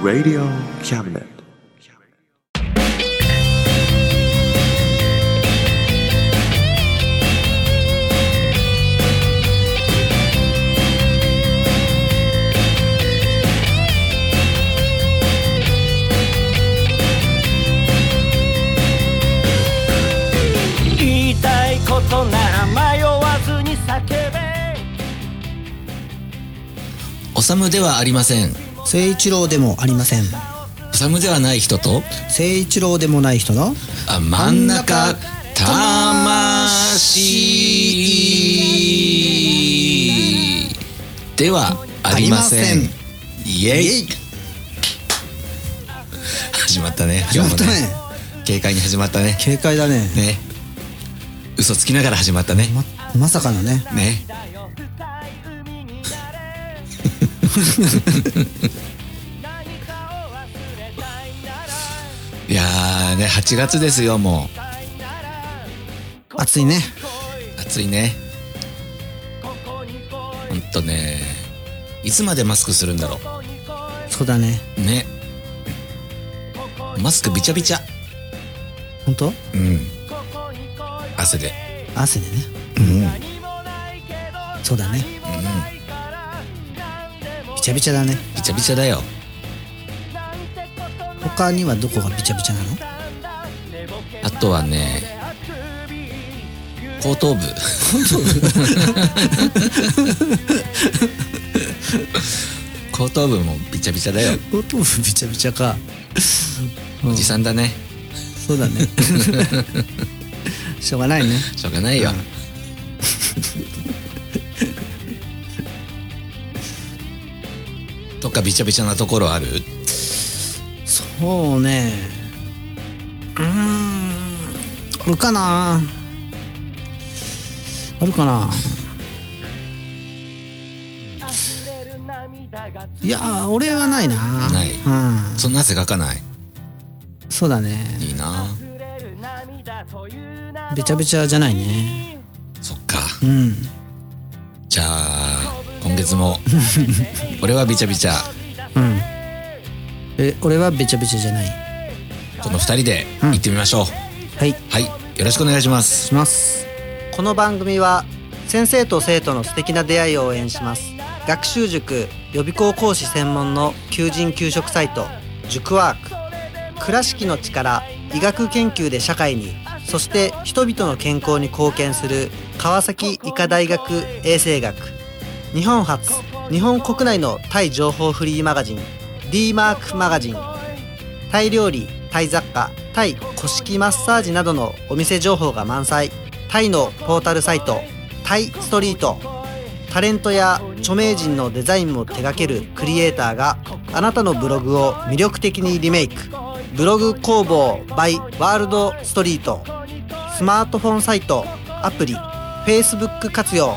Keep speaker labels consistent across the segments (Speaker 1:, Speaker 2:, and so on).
Speaker 1: Radio Cabinet.
Speaker 2: 言いたいことなら迷わずに叫べ
Speaker 3: おさむではありません
Speaker 4: 聖一郎でもありません
Speaker 3: おさむではない人と
Speaker 4: 聖一郎でもない人の
Speaker 3: あ真ん中魂ではありません
Speaker 4: ありま
Speaker 3: イエイ始まったね始
Speaker 4: まったね
Speaker 3: 軽快に始まったね
Speaker 4: 警戒だね
Speaker 3: ね嘘つきながら始まったね
Speaker 4: ままさかのね
Speaker 3: ねいやーね8月ですよも
Speaker 4: 暑いね
Speaker 3: う暑いねほんとねいつまでマスクするんだろ
Speaker 4: そうだね
Speaker 3: うねマスクびちゃびちゃ
Speaker 4: 本当
Speaker 3: うん汗で
Speaker 4: 汗でねうんそうだねびちゃびちゃだね
Speaker 3: びちゃびちゃだよ
Speaker 4: 他にはどこがびちゃびちゃなの
Speaker 3: あとはね後頭部後頭部もびちゃびちゃだよ
Speaker 4: 後頭部びちゃびちゃか
Speaker 3: おじさんだね
Speaker 4: そう だねしょうがないね
Speaker 3: しょうがないよ、とかびちゃびちゃなところある
Speaker 4: そうねうーんあるかなあるかないやー俺はないな
Speaker 3: ない
Speaker 4: うん、
Speaker 3: そんな汗かかない
Speaker 4: そうだね
Speaker 3: いいな
Speaker 4: べちゃべちゃじゃないね
Speaker 3: そっか
Speaker 4: うん
Speaker 3: じゃあ今 月も俺はびちゃびちゃ
Speaker 4: うんえ俺はべちゃべちゃじゃない
Speaker 3: この2人で行ってみましょう、
Speaker 4: はい
Speaker 3: はいよろしくお願いします
Speaker 4: します
Speaker 5: この番組は先生と生徒の素敵な出会いを応援します学習塾予備校講師専門の求人・求職サイト塾ワーク倉敷の力医学研究で社会にそして人々の健康に貢献する川崎医科大学衛生学日本初日本国内のタイ情報フリーマガジン d マークマガジンタイ料理タイ雑貨タイ古式マッサージなどのお店情報が満載タイのポータルサイトタイストリートタレントや著名人のデザインも手掛けるクリエイターがあなたのブログを魅力的にリメイクブログ工房 by ワールドストリートスマートフォンサイトアプリ Facebook 活用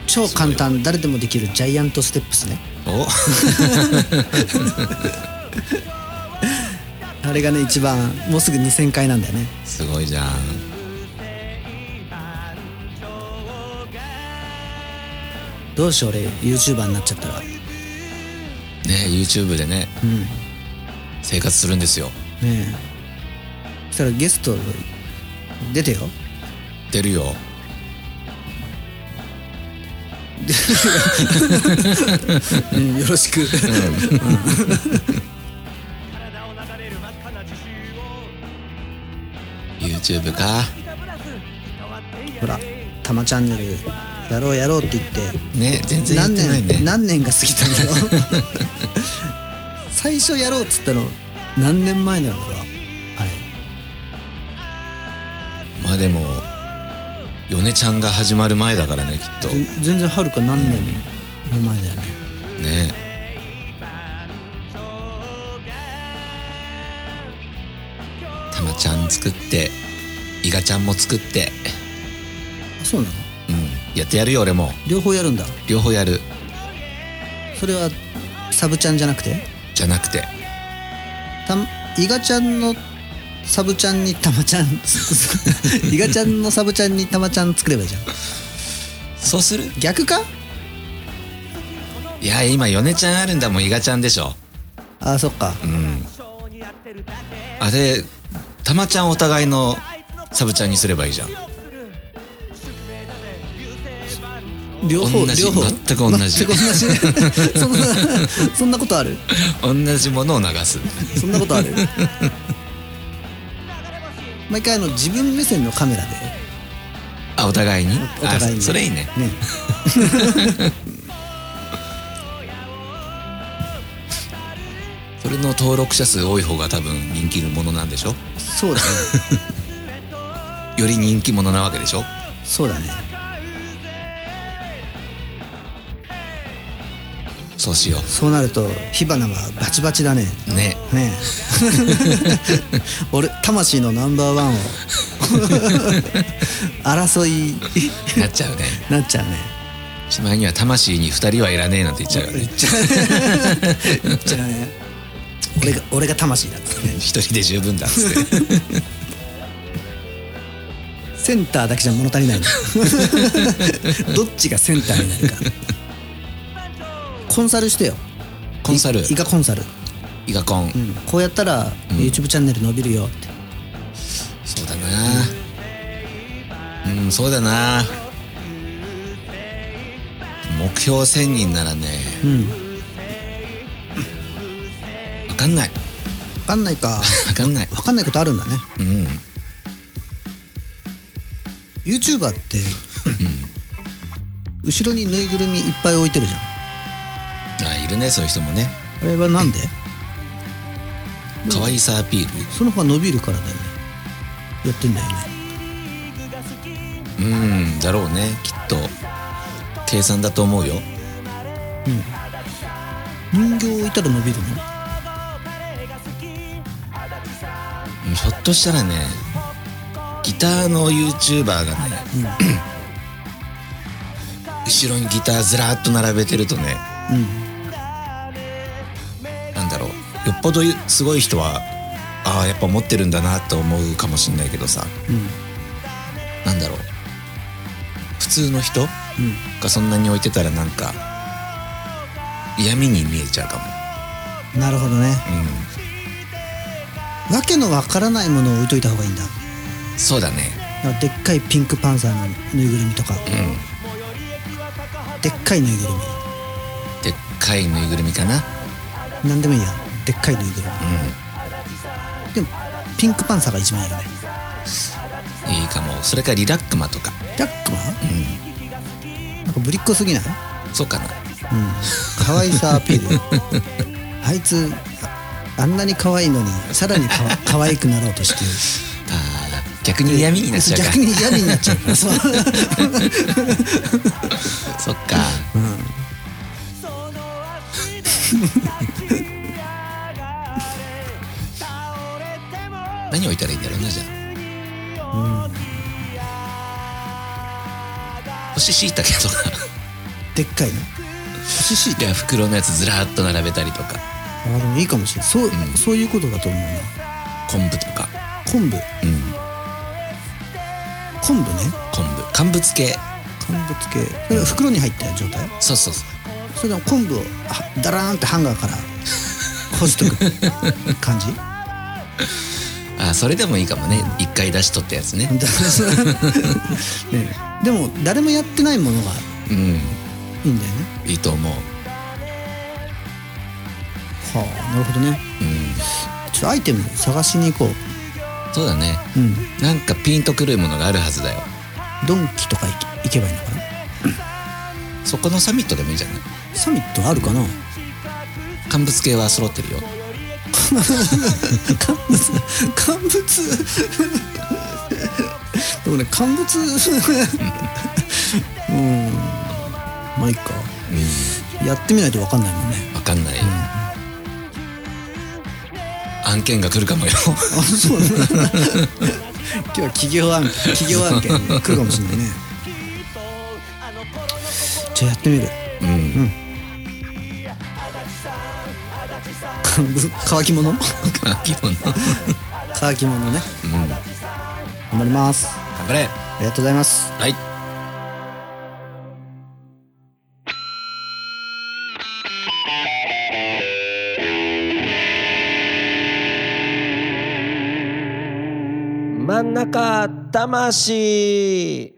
Speaker 5: 超簡単誰でもできるジャイアントステップスね
Speaker 3: お
Speaker 5: あれがね一番もうすぐ2000回なんだよね
Speaker 3: すごいじゃん
Speaker 5: どうしよう俺 YouTuber になっちゃったら
Speaker 3: ね YouTube でね
Speaker 5: うんね
Speaker 3: 生活するんですよ
Speaker 5: えそしたらゲスト出てよ
Speaker 3: 出るよ
Speaker 5: うんよろしく
Speaker 3: YouTube か
Speaker 5: ほら「たまチャンネル」やろうやろうって言って
Speaker 3: ね全然やっ
Speaker 5: 何
Speaker 3: てないね
Speaker 5: 年何年が過ぎたんだろう 最初やろうっつったの何年前なんだろうあれ
Speaker 3: まあでも米ちゃんが始まる前だからねきっと
Speaker 5: ぜ全然はるか何年の前だよね
Speaker 3: ねたまちゃん作っていがちゃんも作って
Speaker 5: あそうなの
Speaker 3: うんやってやるよ俺も
Speaker 5: 両方やるんだ
Speaker 3: 両方やる
Speaker 5: それはサブちゃんじゃなくて
Speaker 3: じゃなくて
Speaker 5: たイガちゃんのサブちゃんにたまちゃん イガちゃんのサブちゃんにたまちゃん作ればいいじゃん
Speaker 3: そうする
Speaker 5: 逆か
Speaker 3: いや今米ちゃんあるんだもんいがちゃんでしょ
Speaker 5: あそっか
Speaker 3: うんあれたまちゃんお互いのサブちゃんにすればいいじゃん
Speaker 5: 両方
Speaker 3: 同じ
Speaker 5: 両方
Speaker 3: 全く同じ
Speaker 5: 全く同じ そんなそんなことある
Speaker 3: 同じものを流す
Speaker 5: そんなことある毎回あの自分目線のカメラで
Speaker 3: あお互いに
Speaker 5: お互いに
Speaker 3: あそれいいね
Speaker 5: ね
Speaker 3: それの登録者数多い方が多分人気者なんでしょ
Speaker 5: そうだね
Speaker 3: より人気者なわけでしょ
Speaker 5: そうだね
Speaker 3: そうしよ
Speaker 5: そうなると火花はバチバチだね
Speaker 3: うね
Speaker 5: ねえ 俺魂のナンバーワンを 争い
Speaker 3: なっちゃうね
Speaker 5: なっちゃうね
Speaker 3: しまいには魂に二人はいらねえなんて言っちゃうよね
Speaker 5: 言っちゃうね俺が俺が魂だっつってね
Speaker 3: 一人で十分だっつって
Speaker 5: センターだけじゃ物足りないの どっちがセンターになるかコンサルしてよ
Speaker 3: コンサル
Speaker 5: いイカコンサル、
Speaker 3: イガコン、
Speaker 5: うん、こうやったら YouTube チャンネル伸びるよって、
Speaker 3: そうだなうんそうだな目標1000人ならね
Speaker 5: うん、
Speaker 3: 分かんない
Speaker 5: 分かんないか
Speaker 3: 分かんない
Speaker 5: 分かんないことあるんだね
Speaker 3: うん
Speaker 5: YouTuber って後ろにぬいぐるみいっぱい置いてるじゃん
Speaker 3: あいるねそういう人もね
Speaker 5: あれはなんで
Speaker 3: 可愛さアピール
Speaker 5: その方が伸びるからだよねやってんだよね
Speaker 3: うんだろうねきっと計算だと思うよ
Speaker 5: 人形置いたら伸びるの
Speaker 3: うんひょっとしたらねギターの YouTuber がね、後ろにギターずらーっと並べてるとね、なんだろうよっぽどすごい人はああやっぱ持ってるんだなと思うかもしんないけどさ、なんだろう普通の人、がそんなに置いてたらなんか嫌味に見えちゃうかも。
Speaker 5: なるほどね
Speaker 3: うん
Speaker 5: わけのわからないものを置いといた方がいいんだ
Speaker 3: そうだね
Speaker 5: でっかいピンクパンサーのぬいぐるみとか、でっかいぬいぐる
Speaker 3: でっかいぬいぐるみかな
Speaker 5: みなんでもいいやでっかいぬいぐるみ、でもピンクパンサーが一番いいよね
Speaker 3: いいかもそれかリラックマとか
Speaker 5: ジャックは、なんかぶりっ子すぎない
Speaker 3: そうかな
Speaker 5: 可愛さアピール あいつ ああんなに可愛いのにさらにかわ可愛くなろうとして
Speaker 3: あー逆に嫌味になっちゃうか
Speaker 5: 逆に嫌味になっちゃ うそう
Speaker 3: そっか何置いたらいいんだろうなじゃあ、干し椎茸とか
Speaker 5: でっかいね
Speaker 3: 干し椎茸袋のやつずらーっと並べたりとか
Speaker 5: あでもいいかもしれないそう,、
Speaker 3: ん
Speaker 5: そういうことだと思うな
Speaker 3: 昆布とか
Speaker 5: 昆布
Speaker 3: うん
Speaker 5: 昆布ね
Speaker 3: 昆布乾物系
Speaker 5: 昆布つけそれが袋に入った状態
Speaker 3: そうそうそう
Speaker 5: それでも昆布をあダラーンってハンガーから干しと く感じ
Speaker 3: あそれでもいいかもね一回出し取ったやつね
Speaker 5: だねでも誰もやってないものが
Speaker 3: うん
Speaker 5: いいんだよね
Speaker 3: いいと思う
Speaker 5: はあなるほどね
Speaker 3: うん
Speaker 5: ちょっとアイテム探しに行こ
Speaker 3: そうだね
Speaker 5: ううん
Speaker 3: なんかピンとくるものがあるはずだよ
Speaker 5: ドンキとか行け行けばいいのかな
Speaker 3: そこのサミットでもいいんじゃない
Speaker 5: サミットあるかな
Speaker 3: 乾物系は揃ってるよ
Speaker 5: 乾物乾物でもね乾物うんまあいいか
Speaker 3: う
Speaker 5: やってみないと分かんないもんね
Speaker 3: ん分かんないよ、案件が来るか もよ
Speaker 5: あそうだね今日は企業案企業案件来るかもしれないねじゃあやってみる
Speaker 3: うん、
Speaker 5: 乾物乾き物
Speaker 3: 秋物
Speaker 5: 乾き物ね
Speaker 3: うん頑
Speaker 5: 頑張ります
Speaker 3: 張れ
Speaker 5: ありがとうございます
Speaker 3: はい
Speaker 6: 真ん中魂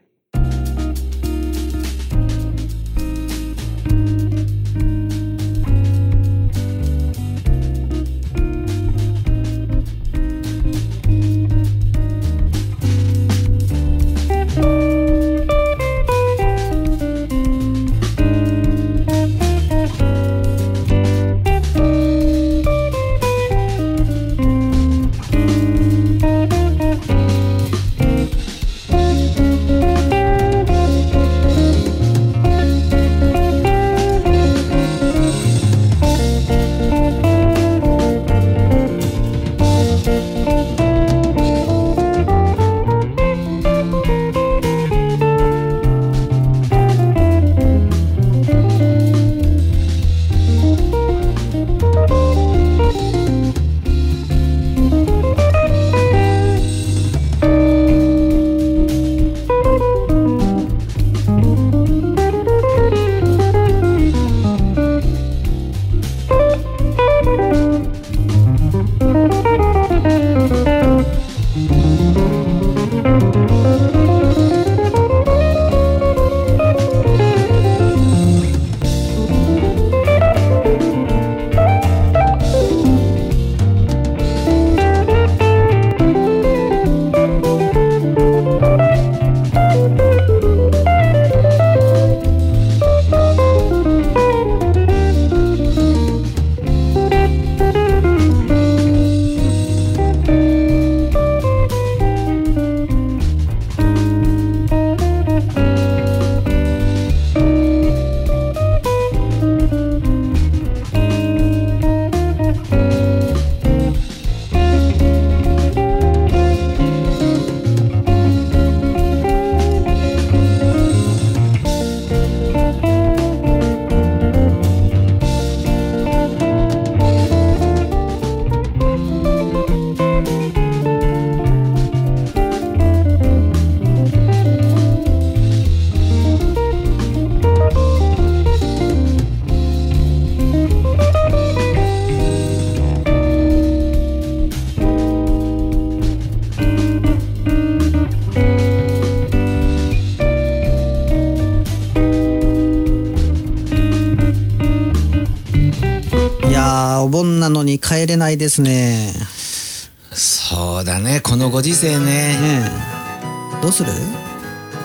Speaker 5: いやーお盆なのに帰れないですね
Speaker 3: そうだねこのご時世ね
Speaker 5: ねえどうする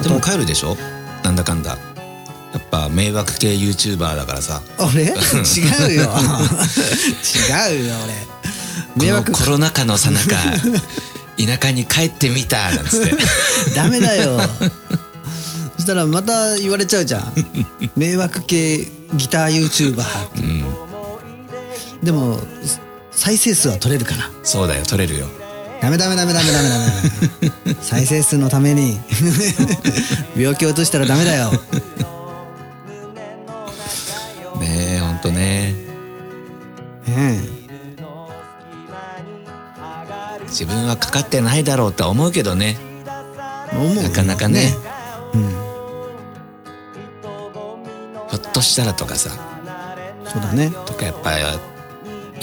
Speaker 3: でも帰るでしょなんだかんだやっぱ迷惑系 YouTuber だからさ
Speaker 5: 俺違うよ違うよ俺迷惑
Speaker 3: このコロナ禍のさなか田舎に帰ってみたなんつって
Speaker 5: ダメだよそしたらまた言われちゃうじゃん迷惑系ギター YouTuber、でも再生数は取れるから
Speaker 3: そうだよ取れるよ
Speaker 5: ダメダメダメダメダメダメ再生数のために病気を落としたらダメだよ
Speaker 3: ねえほんとね
Speaker 5: うん
Speaker 3: 自分はかかってないだろうとは思うけどね
Speaker 5: 思う
Speaker 3: なかなかね
Speaker 5: うん
Speaker 3: ひょっとしたらとかさ
Speaker 5: そうだね
Speaker 3: とかやっぱり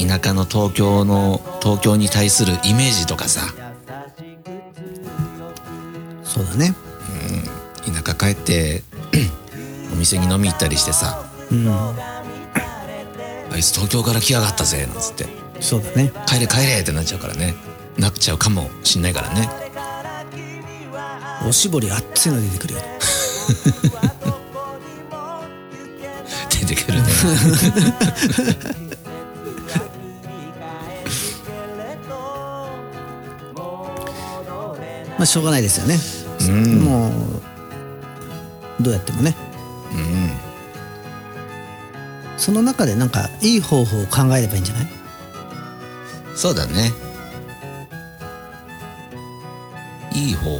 Speaker 3: 田舎の東京の東京に対するイメージとかさ
Speaker 5: そうだね
Speaker 3: 田舎帰って お店に飲み行ったりしてさ
Speaker 5: うん
Speaker 3: あいつ東京から来やがったぜなんつって
Speaker 5: そうだね
Speaker 3: 帰れ帰れってなっちゃうからねなっちゃうかもしんないからね
Speaker 5: おしぼり熱いの出てくるよ
Speaker 3: 出てくるね
Speaker 5: まあしょうがないですよね、
Speaker 3: うん
Speaker 5: もうどうやってもね
Speaker 3: うん
Speaker 5: その中でなんかいい方法を考えればいいんじゃない
Speaker 3: そうだねいい方法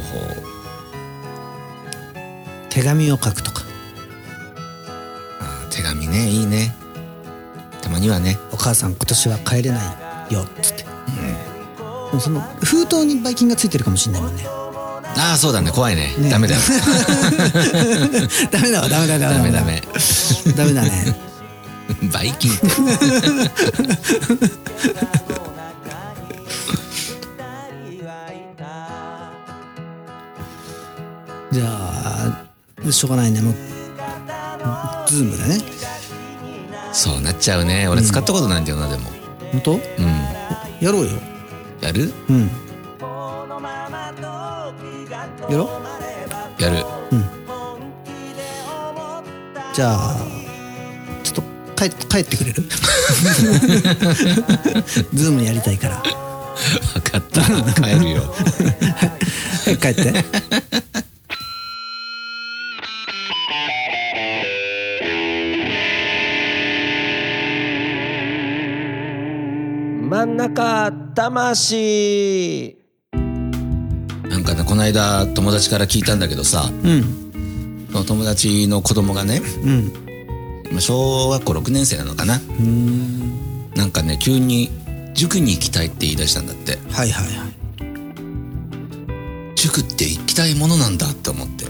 Speaker 5: 手紙を書くとか
Speaker 3: あ手紙ねいいねたまにはね
Speaker 5: 「お母さん今年は帰れないよ」っつって、でもその封筒にばい菌がついてるかもしれないもんね
Speaker 3: ああそうだね怖いね
Speaker 5: ね
Speaker 3: ダメだよ
Speaker 5: ダメだわダメだダ
Speaker 3: ダメ
Speaker 5: メだ
Speaker 3: ダメ
Speaker 5: ダ メだね
Speaker 3: バイキンって
Speaker 5: じゃあしょうがないねもうズームだね
Speaker 3: そうなっちゃうね俺使ったことないんだよな、でも
Speaker 5: 本当
Speaker 3: うん
Speaker 5: やろうよ
Speaker 3: やる
Speaker 5: うんやろう
Speaker 3: やる
Speaker 5: じゃあちょっと帰っ帰ってく れるズームやりたいから
Speaker 3: 分かった帰るよ
Speaker 5: 早く帰って
Speaker 6: 真ん中魂
Speaker 3: なんかねこの間友達から聞いたんだけどさ
Speaker 5: うん
Speaker 3: その友達の子供がね
Speaker 5: うん
Speaker 3: 今小学校6年生なのかななんかね急に塾に行きたいって言い出したんだって
Speaker 5: はいはいは
Speaker 3: 塾って行きたいものなんだって思って
Speaker 5: い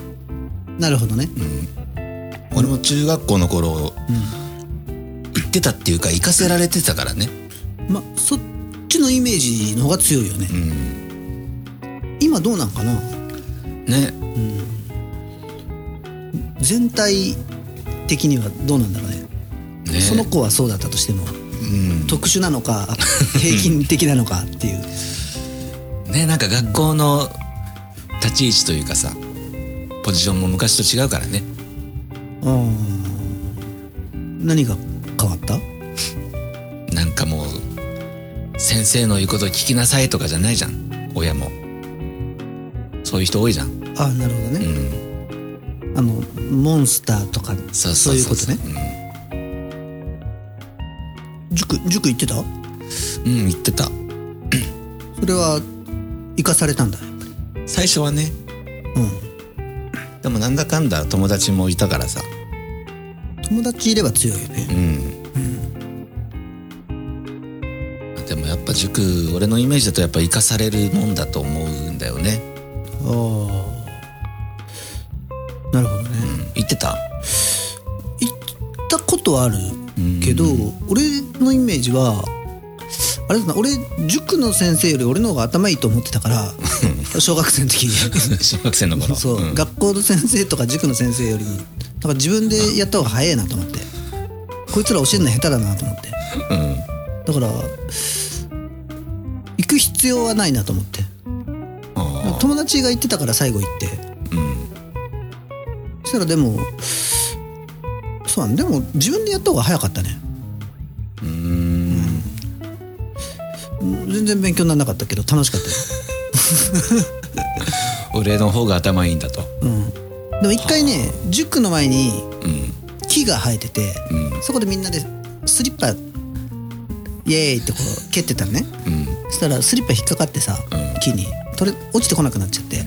Speaker 5: なるほどね
Speaker 3: 俺も中学校の頃、行ってたっていうか行かせられてたからね
Speaker 5: まそっちのイメージの方が強いよね、今どうなんかな
Speaker 3: ね
Speaker 5: 全体的にはどうなんだろうね
Speaker 3: ね
Speaker 5: その子はそうだったとしても、特殊なの か平均的なのかって いう
Speaker 3: ねなんか学校の立ち位置というかさポジションも昔と違うからね
Speaker 5: うん何が変わった
Speaker 3: なんかもう先生の言うことを聞きなさいとかじゃないじゃん親もそういう人多いじゃん
Speaker 5: ああなるほど
Speaker 3: う
Speaker 5: ね、
Speaker 3: ん
Speaker 5: あのモンスターとか
Speaker 3: そう
Speaker 5: そ
Speaker 3: そうう
Speaker 5: いう
Speaker 3: そ
Speaker 5: こ
Speaker 3: う
Speaker 5: と
Speaker 3: そう
Speaker 5: ね塾塾行ってた
Speaker 3: うん、うん、言ってた
Speaker 5: それは生かされたんだ
Speaker 3: 最初はね
Speaker 5: うん
Speaker 3: でもなんだかんだ友達もいたからさ
Speaker 5: 友達いれば強いよね
Speaker 3: うん、でもやっぱ塾俺のイメージだとやっぱ生かされるもんだと思うんだよね、
Speaker 5: ああなるほど
Speaker 3: う
Speaker 5: ね
Speaker 3: ん、言って た
Speaker 5: 行ったことはあるけど、俺のイメージはあれだな俺塾の先生より俺の方が頭いいと思って たから小学生の時に
Speaker 3: 小学生の頃
Speaker 5: そう、
Speaker 3: うん
Speaker 5: 学校の先生とか塾の先生よりなんか自分でやった方が早いなと思って、こいつら教えるの下手だなと思って
Speaker 3: うん
Speaker 5: だから行く必要はないなと思って
Speaker 3: あ
Speaker 5: 友達が行ってたから最後行って
Speaker 3: ーうん
Speaker 5: そしたらでもそうなんでも自分でやった方が早かったね
Speaker 3: うーん
Speaker 5: 全然勉強にならなかったけど楽しかったよ
Speaker 3: 俺の方が頭いいんだと
Speaker 5: うん、でも一回ね塾の前に
Speaker 3: うん
Speaker 5: 木が生えてて、
Speaker 3: うん
Speaker 5: そこでみんなでスリッパイエーイってこう蹴ってたのね
Speaker 3: うん
Speaker 5: そしたらスリッパ引っかかってさ、
Speaker 3: うん
Speaker 5: 木に取れ落ちてこなくなっちゃって
Speaker 3: う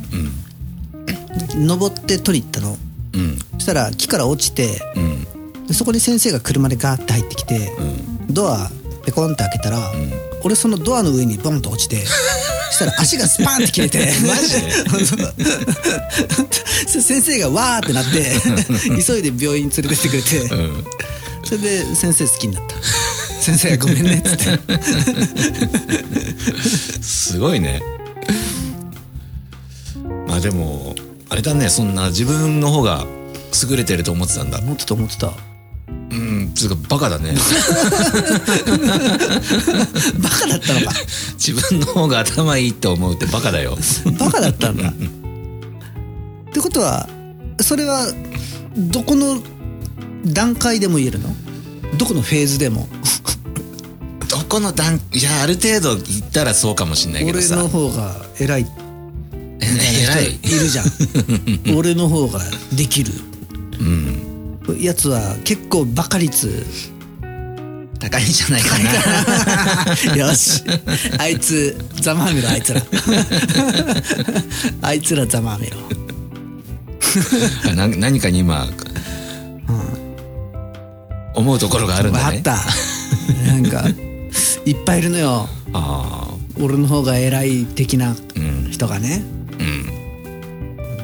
Speaker 3: ん
Speaker 5: 登って取り行ったの
Speaker 3: うん
Speaker 5: そしたら木から落ちて
Speaker 3: うん
Speaker 5: でそこで先生が車でガーって入ってきて、ドアペコンって開けたら、俺そのドアの上にボンと落 ちてそしたら足がスパンって切れてマジで 先生がわーってなって 急いで病院連れてってくれて、
Speaker 3: ん
Speaker 5: それで先生好きになった先生がごめんねっつって
Speaker 3: すごいねまあでもあれだねそんな自分の方が優れてると思ってたんだ
Speaker 5: 思ってた思ってたバ
Speaker 3: うんつうかバカだね
Speaker 5: カだったのか
Speaker 3: 自分の方が頭いいって思うってバカだよ
Speaker 5: バカだったんだってことはそれはどこの段階でも言えるのどこのフェーズでも
Speaker 3: どこの段いやある程度言ったらそうかもしんないけど
Speaker 5: 俺
Speaker 3: さ
Speaker 5: の方が偉いって
Speaker 3: 偉い
Speaker 5: いるじ ゃん俺の方ができる
Speaker 3: うん
Speaker 5: やつは結構バカ 率
Speaker 3: 高いんじゃないかな
Speaker 5: よしあいつざまあみろあい つらあいつらざまあみろ
Speaker 3: な何かに今、思うところがあるんだ
Speaker 5: あ
Speaker 3: ね
Speaker 5: ったなんかいっぱいいるのよ
Speaker 3: あ
Speaker 5: 俺の方が偉い的な
Speaker 3: ーうん
Speaker 5: 人がね
Speaker 3: うん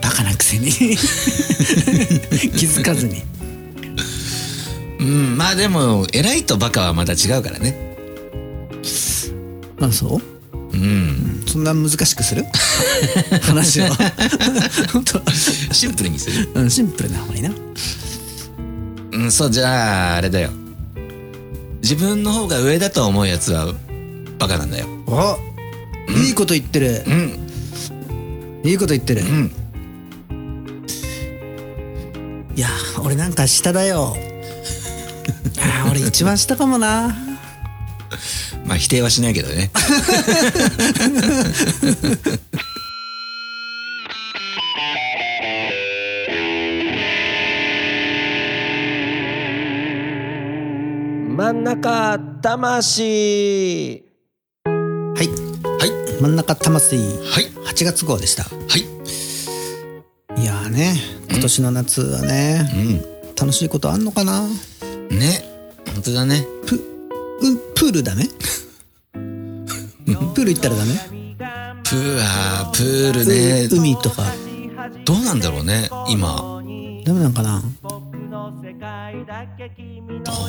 Speaker 5: バカなく せに気づかずに
Speaker 3: うんまあでも偉いとバカはまた違うからね
Speaker 5: まあそう
Speaker 3: うん
Speaker 5: そんな難しくする 話を 本
Speaker 3: シンプルにする
Speaker 5: 当うんシンプルな方がいいな
Speaker 3: うんそうじゃああれだよ自分の方が上だと思うやつはバカなんだよ
Speaker 5: あいいこと言ってる
Speaker 3: うん
Speaker 5: いいこと言ってる
Speaker 3: うん
Speaker 5: いや俺なんか下 だよあー俺一番下かもな
Speaker 3: まあ否定はしないけどね
Speaker 6: 真ん中魂
Speaker 5: はい
Speaker 3: はい
Speaker 5: 真ん中魂8
Speaker 3: はい
Speaker 5: 月号でした
Speaker 3: はい
Speaker 5: いやーね今年の夏はね
Speaker 3: う
Speaker 5: 楽しいことあんのかなん
Speaker 3: ね本当だね
Speaker 5: うんプールダメプール行ったらダメ
Speaker 3: プーあープールね
Speaker 5: う海とか
Speaker 3: どうなんだろうね今
Speaker 5: ダメなんかな
Speaker 3: どう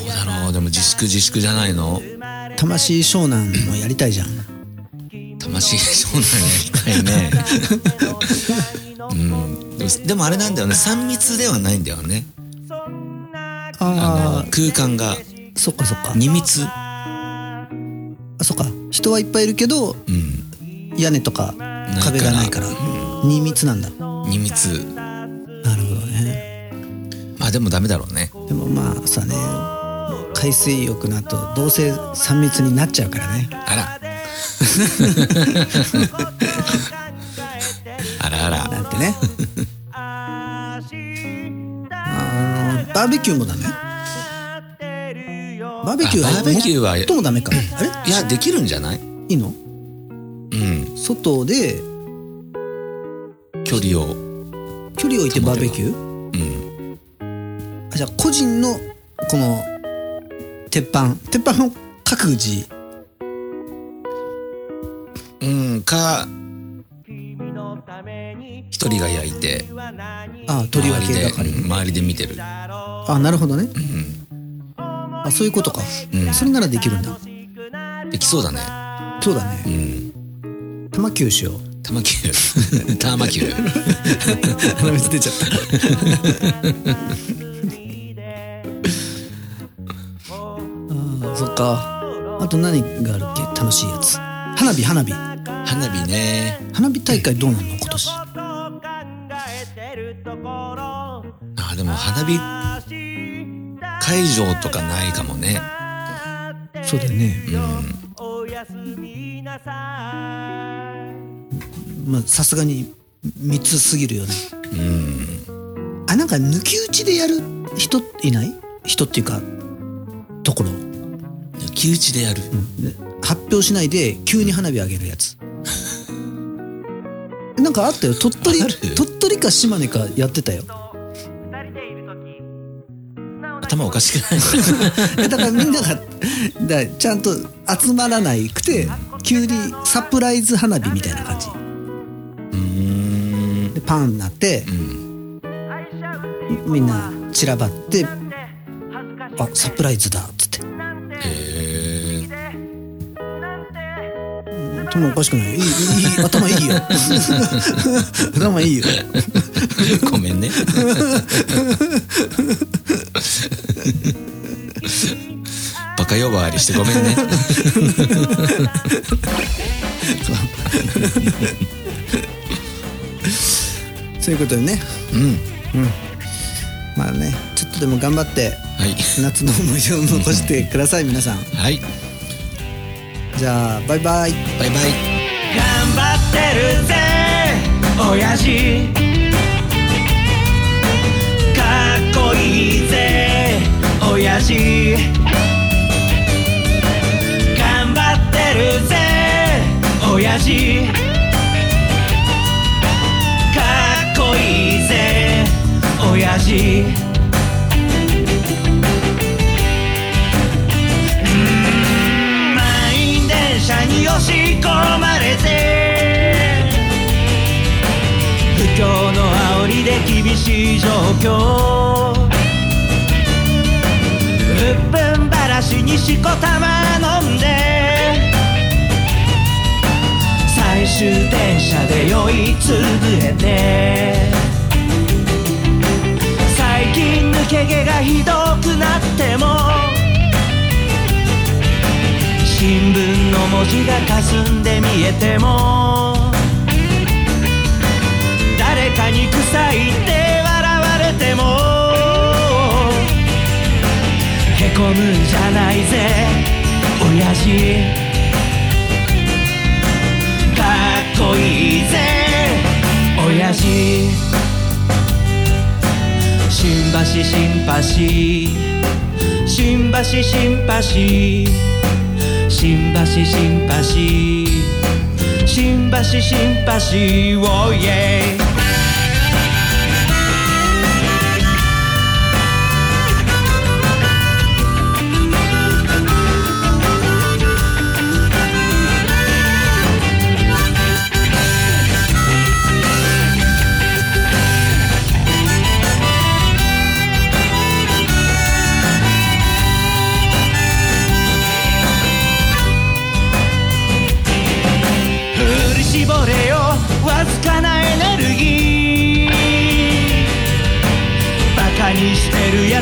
Speaker 3: だろうでも自粛自粛じゃないの
Speaker 5: 魂湘南もやりたいじゃん
Speaker 3: 魂湘南やりたいねうんでもでもあれなんだよね3密ではないんだよねあ
Speaker 5: あ
Speaker 3: の空間が
Speaker 5: ーそっかそっか
Speaker 3: 2密
Speaker 5: あそっか人はいっぱいいるけど
Speaker 3: うん
Speaker 5: 屋根とか
Speaker 3: ら
Speaker 5: 壁がないから二密なんだ
Speaker 3: 2密
Speaker 5: なるほどね
Speaker 3: まあでもダメだろうね
Speaker 5: でもまあさね海水浴の後どうせ3密になっちゃうからね
Speaker 3: あらあらあら
Speaker 5: なん てねあのバーベキューもダメバーベキューは
Speaker 3: あバーベキューは
Speaker 5: ともダメかあれ
Speaker 3: いやできるんじゃない
Speaker 5: いいの
Speaker 3: うん
Speaker 5: 外で
Speaker 3: 距離を
Speaker 5: 距離を置いてバーベキュー
Speaker 3: うん
Speaker 5: あじゃあ個人のこの鉄板鉄板の各自
Speaker 3: うんか一人が焼いて
Speaker 5: あ取り分け
Speaker 3: 周
Speaker 5: 係
Speaker 3: りでうん周りで見てる
Speaker 5: あなるほどね、あそういうことか、
Speaker 3: うん
Speaker 5: それならできるんだ
Speaker 3: できそうだね
Speaker 5: そうだね
Speaker 3: うん
Speaker 5: 玉球しよう
Speaker 3: 玉球 玉球
Speaker 5: 鼻水出ちゃったああそっかあと何があるっけ楽しいやつ花火花火
Speaker 3: 花火ね
Speaker 5: 花火大会どうなんの今年
Speaker 3: あでも花火 会場とかないかもね
Speaker 5: そうだよね
Speaker 3: うん
Speaker 5: まあさすがに3つすぎるよね
Speaker 3: うん
Speaker 5: あなんか抜き打ちでやる人いない人っていうかところ、
Speaker 3: 抜き打ちでやる、
Speaker 5: ね発表しないで急に花火上げるやつなんかあったよ鳥取
Speaker 3: ある
Speaker 5: 鳥取か島根かやってたよ
Speaker 3: 頭おかしくない
Speaker 5: いやだからみんながだからちゃんと集まらないくて急にサプライズ花火みたいな感じ
Speaker 3: うん
Speaker 5: でパンになって
Speaker 3: うん
Speaker 5: みんな散らばってあサプライズだっつって
Speaker 3: へえ
Speaker 5: 頭おかしくないいいいいいい頭いいよ 頭いいよ
Speaker 3: ごめんね バカ呼ばわりしてごめんね
Speaker 5: そういうことでね
Speaker 3: うん
Speaker 5: まあねちょっとでも頑張って
Speaker 3: はい
Speaker 5: 夏の思い出を残してください皆さん
Speaker 3: はい
Speaker 5: じゃあバイバイ
Speaker 3: バイバイ
Speaker 4: 頑張ってるぜ親父かっこいいぜ親父頑張ってるぜ親父かっこいいぜ親父満員電車に押し込まれて不況の煽りで厳しい状況うっぷんばらしにしこたま飲んで最終電車で酔いつぶれて最近抜け毛がひどくなっても新聞の文字が霞んで見えても誰かに臭いって笑われてもへこむんじゃないぜ親父かっこいいぜ親父新橋新橋新橋新橋新橋新橋新橋新橋おいえ振り絞れよわずかなエネルギーバカにしてるや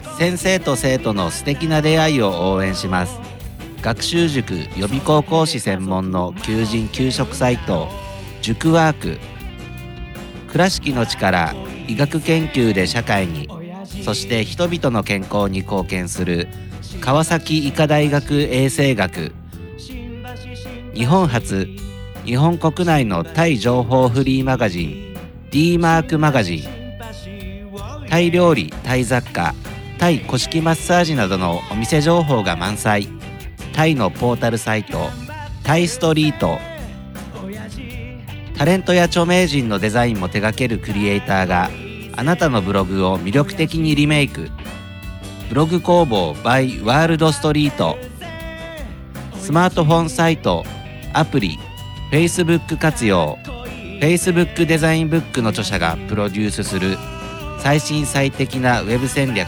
Speaker 7: 先生と生徒の素敵な出会いを応援します学習塾予備高校師専門の求人・給食サイト塾ワーク倉敷の力医学研究で社会にそして人々の健康に貢献する川崎医科大学衛生学日本初日本国内のタイ情報フリーマガジン d マークマガジンタイ料理タイ雑貨タイ古式マッサージなどのお店情報が満載タイのポータルサイトタイストリートタレントや著名人のデザインも手掛けるクリエイターがあなたのブログを魅力的にリメイクブログ工房 by ワールドストリートスマートフォンサイトアプリ Facebook 活用 Facebook デザインブックの著者がプロデュースする最新最適なウェブ戦略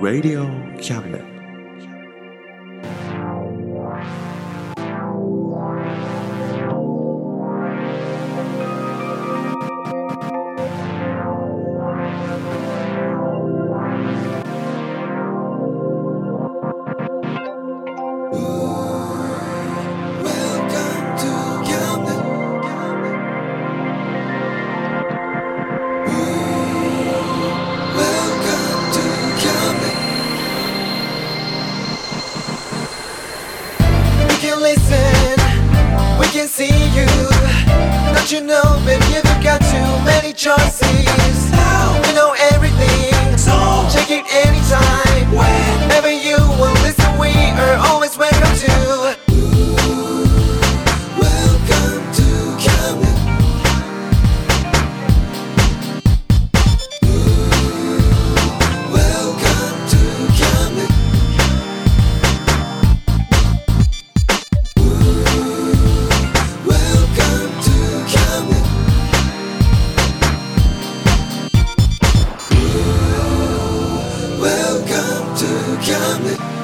Speaker 1: Radio Cabinet.
Speaker 8: We can listen, we can see you. Don't you know, baby, you've got too many choices. We know everything, so check it anytime. Whenever you will listen, we are always welcome to. Welcome to Camden. Welcome to Camden. Welcome to Camden. Welcome to Camden.